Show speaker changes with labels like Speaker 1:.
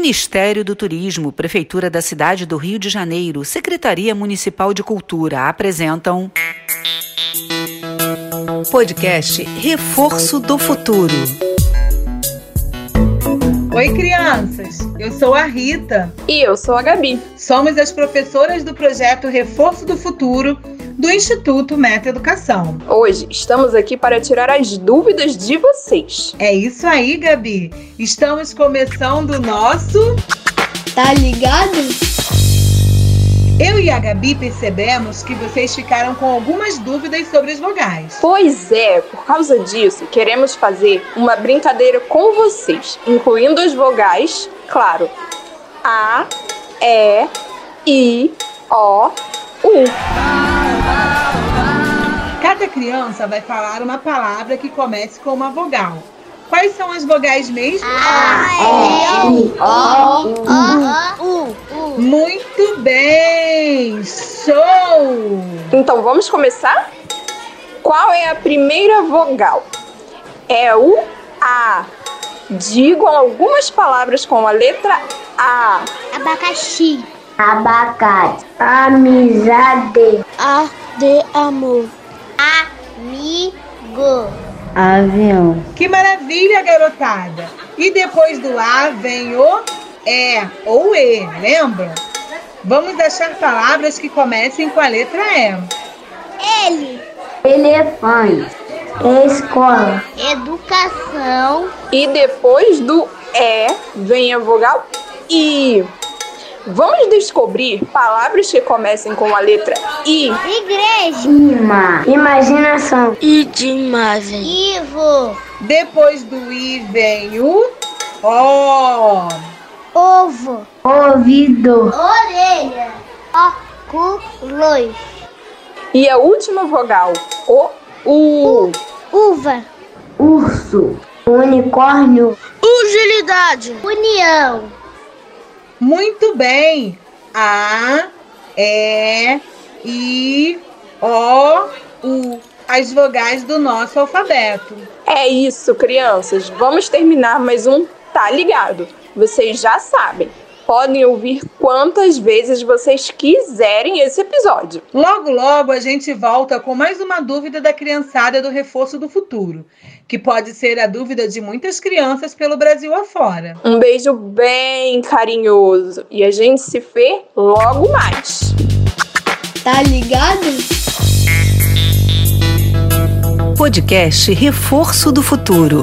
Speaker 1: Ministério do Turismo, Prefeitura da Cidade do Rio de Janeiro, Secretaria Municipal de Cultura apresentam. Podcast Reforço do Futuro.
Speaker 2: Oi, crianças! Eu sou a Rita.
Speaker 3: E eu sou a Gabi.
Speaker 2: Somos as professoras do projeto Reforço do Futuro do Instituto Meta Educação.
Speaker 3: Hoje estamos aqui para tirar as dúvidas de vocês.
Speaker 2: É isso aí, Gabi. Estamos começando o nosso.
Speaker 4: Tá ligado?
Speaker 2: Eu e a Gabi percebemos que vocês ficaram com algumas dúvidas sobre as vogais.
Speaker 3: Pois é, por causa disso, queremos fazer uma brincadeira com vocês, incluindo as vogais, claro. A, E, I, O, U.
Speaker 2: Cada criança vai falar uma palavra que comece com uma vogal. Quais são as vogais mesmo?
Speaker 4: Ah.
Speaker 2: Muito bem! Show!
Speaker 3: Então vamos começar? Qual é a primeira vogal? É o A. Digam algumas palavras com a letra A.
Speaker 4: Abacaxi.
Speaker 5: Abacate. Amizade.
Speaker 4: A de amor. Amigo.
Speaker 5: Avião.
Speaker 2: Que maravilha, garotada! E depois do A vem o E ou E, lembra? Vamos achar palavras que comecem com a letra E.
Speaker 4: Ele.
Speaker 5: Elefante. Escola.
Speaker 4: Educação.
Speaker 3: E depois do E vem a vogal I. Vamos descobrir palavras que comecem com a letra I.
Speaker 4: Igreja.
Speaker 5: Ima. Imaginação.
Speaker 4: Ivo.
Speaker 2: Depois do I vem o O.
Speaker 4: Ovo.
Speaker 5: Ouvido.
Speaker 4: Orelha. Óculos.
Speaker 3: E a última vogal, o U.
Speaker 4: Uva.
Speaker 5: Urso. Um Unicórnio.
Speaker 4: Agilidade. União.
Speaker 2: Muito bem! A, E, I, O, U. As vogais do nosso alfabeto.
Speaker 3: É isso, crianças. Vamos terminar mais um Tá Ligado. Vocês já sabem. Podem ouvir quantas vezes vocês quiserem esse episódio.
Speaker 2: Logo, logo a gente volta com mais uma dúvida da criançada do reforço do futuro, que pode ser a dúvida de muitas crianças pelo Brasil afora.
Speaker 3: Um beijo bem carinhoso e a gente se vê logo mais.
Speaker 4: Tá ligado?
Speaker 1: Podcast Reforço do Futuro.